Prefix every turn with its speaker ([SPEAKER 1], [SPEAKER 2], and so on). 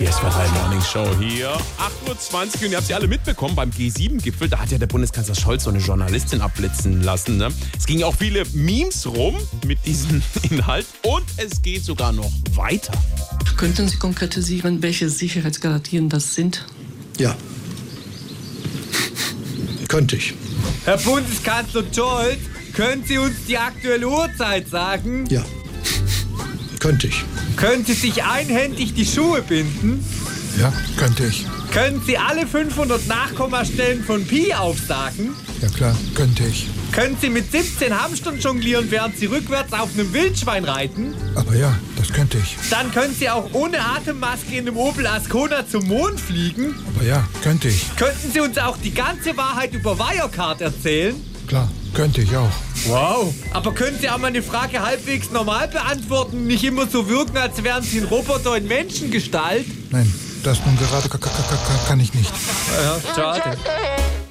[SPEAKER 1] Die SWR3 Morning Show hier. 8.20 Uhr und ihr habt sie alle mitbekommen beim G7-Gipfel. Da hat ja der Bundeskanzler Scholz so eine Journalistin abblitzen lassen. Ne? Es gingen auch viele Memes rum mit diesem Inhalt und es geht sogar noch weiter.
[SPEAKER 2] Könnten Sie konkretisieren, welche Sicherheitsgarantien das sind?
[SPEAKER 3] Ja. Könnte ich.
[SPEAKER 4] Herr Bundeskanzler Scholz, können Sie uns die aktuelle Uhrzeit sagen?
[SPEAKER 3] Ja. Könnte ich.
[SPEAKER 4] Können Sie sich einhändig die Schuhe binden?
[SPEAKER 3] Ja, könnte ich.
[SPEAKER 4] Können Sie alle 500 Nachkommastellen von Pi aufsagen?
[SPEAKER 3] Ja klar, könnte ich.
[SPEAKER 4] Können Sie mit 17 Hamstern jonglieren, während Sie rückwärts auf einem Wildschwein reiten?
[SPEAKER 3] Aber ja, das könnte ich.
[SPEAKER 4] Dann können Sie auch ohne Atemmaske in einem Opel Ascona zum Mond fliegen?
[SPEAKER 3] Aber ja, könnte ich.
[SPEAKER 4] Könnten Sie uns auch die ganze Wahrheit über Wirecard erzählen?
[SPEAKER 3] Klar, könnte ich auch.
[SPEAKER 4] Wow. Aber können Sie auch mal eine Frage halbwegs normal beantworten, nicht immer so wirken, als wären Sie ein Roboter in Menschengestalt?
[SPEAKER 3] Nein, das nun gerade ka- ka- ka- ka- kann ich nicht.
[SPEAKER 4] Ja, schade.